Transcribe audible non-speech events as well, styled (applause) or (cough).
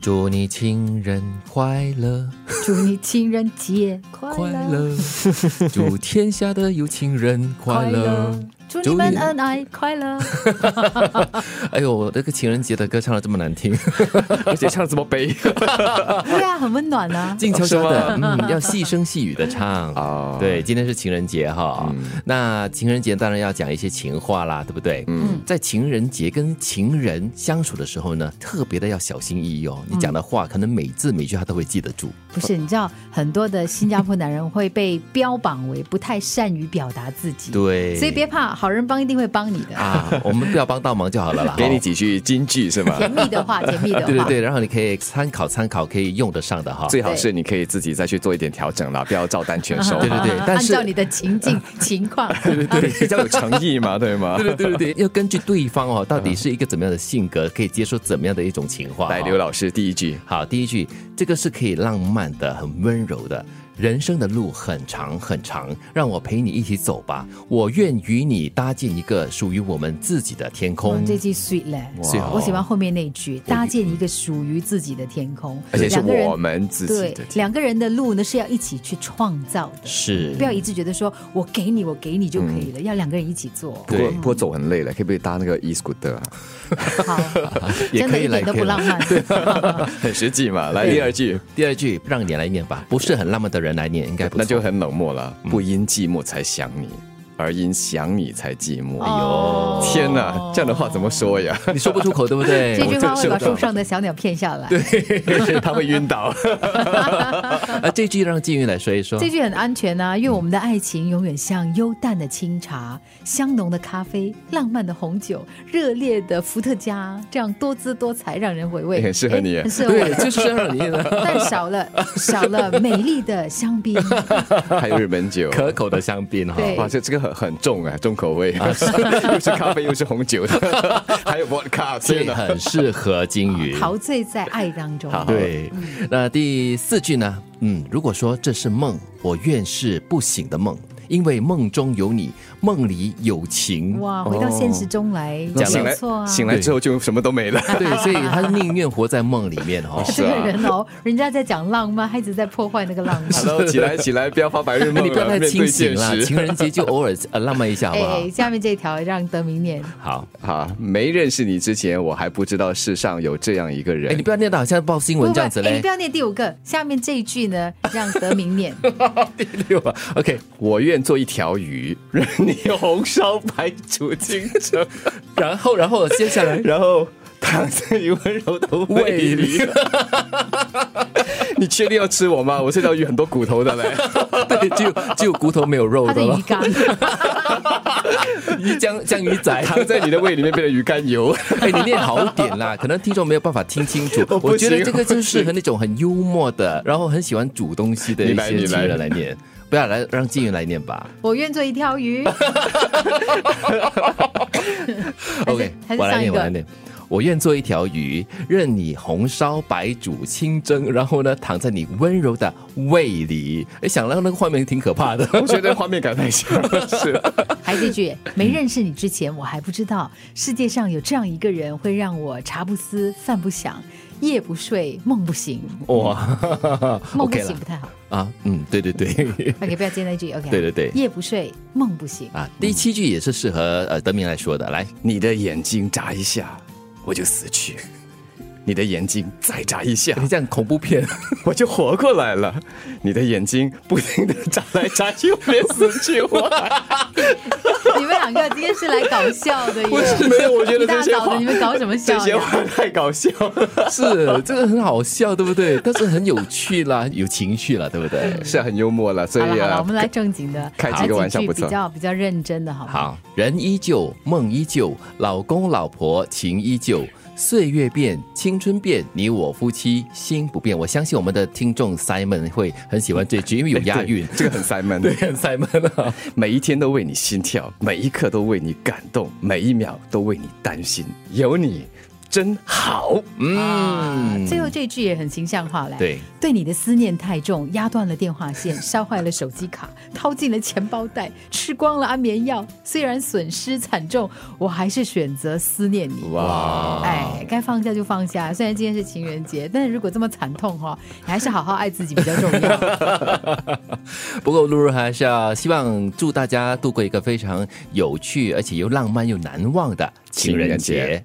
祝你情人快乐，祝你情人节快快 (laughs) 乐，祝天下的有情人快乐。，祝祝你们你恩爱快乐。哎呦，我这个情人节的歌唱的这么难听， (laughs) 而且唱得这么悲对啊，很温 (laughs) 暖 (laughs) 啊。静悄悄的，是嗯，要细声细语的 (laughs) 唱。 (laughs) 啊对，，今天是情人节哈，那情人节当然要讲一些情话啦，对不对？嗯，在情人节跟情人相处的时候呢，特别的要小心翼翼哦。你讲的话，可能每字每句他都会记得住。不是，你知道很多的新加坡男人会被标榜为不太善于表达自己，对，所以别怕，好人帮一定会帮你的。啊，我们不要帮倒忙就好了 (laughs) 啦。给你哈几句金句是吗？甜蜜的话，甜蜜的 (laughs) 话，对对对，然后你可以参考参考，可以用得上的哈。 (laughs) 最好是你可以自己再去做一点调整了，不要照单全收。对对对 (laughs) 啊但按是照你的情 (laughs) 境情况，对，比较有诚意嘛，对吗？对对 (laughs) 对对，要根据对方哦，到底是一个怎么样的性格，可以接受怎么样的一种情话、来，刘。老师第一句，好，第一句，这个是可以浪漫的，很温柔的。人生的路很长很长，让我陪你一起走吧。我愿与你搭建一个属于我们自己的天空嗯。这句 sweet 嘞哇，我喜欢后面那一句，搭建一个属于自己的天空，而且是两个人我们自己对的，两个人的路呢是要一起去创造的，是不要一致觉得说我给你我给你就可以嗯了，要两个人一起 (laughs) 做。不过不过走很累了，可不可以搭那个 e scooter？啊好，也真可的以一来点都不浪漫。很实际嘛。来第二句，第二句，让你来念吧，不是很浪漫的人来念，应该不错那就很冷漠了。不因寂寞才想你，而因想你才寂寞。哦天哪，这样的话怎么说呀？ (laughs) (laughs) 你说不出口，对不 (laughs) 对？ (laughs) 这句话会我把就受不了树上的小鸟骗下来。他会晕倒。啊，这句让静云来说一说。这句很安全啊，因为我们的爱情永远像幽淡的清茶、香浓的咖啡、浪漫的红酒、热烈的伏特加，这样多姿多彩，让人回味。哎很适合你哎很适合对，我。就是这样 (laughs) 让你念的。但少了 (laughs) 少了美丽的香槟，还有日本 (laughs) 酒，可口的香槟哈。对哇，这这个很很重啊，重口味， (laughs) 又是咖啡又是红酒的， (laughs) 还有 vodka，所天以哪！很适合金 (laughs) 鱼。陶醉在爱当中。好对，那第四句呢？嗯，如果说这是梦，我愿是不醒的梦，因为梦中有你，梦里有情。哦哇，回到现实中来，讲也醒得不来错啊。醒来之后就什么都 (laughs) 没了。对，所以他宁愿活在梦里面 (laughs) 哦。这啊个人哦，人家在讲浪漫，他一直在破坏那个 (laughs) 浪漫。 Hello，起来起来，不要发白日那哎梦你不要了，太面清对醒 (laughs) 现了，实。情人节就偶尔呃浪漫一下好不好哎，？下面这条让德明 (laughs) 念，好，好，没认识你之前，我还不知道世上有这样一个哎，你人。不要念到好像报新闻这样子不不哎你嘞不。要念第五个，下面这一句 (laughs) 呢，让德明念。 (laughs) 第六啊，OK，我愿做一条鱼，任你红烧白煮京 (laughs) 城，然后然后接下来 (laughs) 然后躺在你温柔的胃里。 (laughs) 你确定要吃我吗？我这条鱼很多骨头的嘞。对，只有只有骨头没有肉他的的了鱼，缸，(laughs) (laughs) 鱼江江鱼 (laughs) 仔。躺在你的胃里面变成鱼肝油。哎，你念好一点啦，可能听众没有办法听清楚。我我不觉得行这个就适合那种很幽默的，然后很喜欢煮东西的一你来些你情来人来念。不要来让金云来念吧。我愿做一条鱼。 (laughs) 是 OK，还是我来上一念，我来个。念。我愿做一条鱼，任你红烧、白煮、清蒸，然后呢，躺在你温柔的胃里。哎，想到那个画面挺可怕的。 (laughs) 我觉得画面感太强 (laughs) 了，是还有这句，没认识你之前，我还不知道世界上有这样一个人，会让我茶不思饭不想，夜不睡梦不 (laughs) 醒，哇梦不，OK 醒了不太好。啊，嗯，对对对， OK，不要接那 (laughs) 句。OK，对对对夜不睡梦不醒。啊，第七句也是适合呃德明来说的，来。你的眼睛眨一下，我就死去；你的眼睛再眨一下你，这样恐怖片， (laughs) 我就活过来了。你的眼睛不停的眨来眨去，我别死去我。！你们两个今天是来搞笑的耶 (laughs) 没有， (laughs) 我觉一得这大些早的，话你，们搞什么这笑些呀？话太搞笑了， (laughs) 是，这个很好笑，对不对？但是很有趣啦，有情绪啦，对不对？ (laughs) 是很幽默了。所好了以好了，啊我，们来正经的，开来几个玩笑句不比错较比较认真的，好吗？好，人依旧，梦依旧，老公老婆情依旧，岁月变，青春变，你我夫妻心不变。我相信我们的听众 Simon 会很喜欢这句，因为有 (laughs) 押韵。这个很 Simon，对，很 Simon 啊，每一天都为你心跳，每一刻都为你感动，每一秒都为你担心。有你，真好。啊，嗯最后这句也很形象化嘞。 (laughs) 对，对你的思念太重，压断了电话 (laughs) 线，烧坏了手机卡，掏尽了钱包袋，吃光了安眠药。虽然损失惨重，我还是选择思念你。哇，哎，该放下就放下。虽然今天是情人节，但是如果这么惨痛哈、你还是好好爱自己比较重要。不过露露还是要希望祝大家度过一个非常有趣，而且又浪漫又难忘的情人情人节节。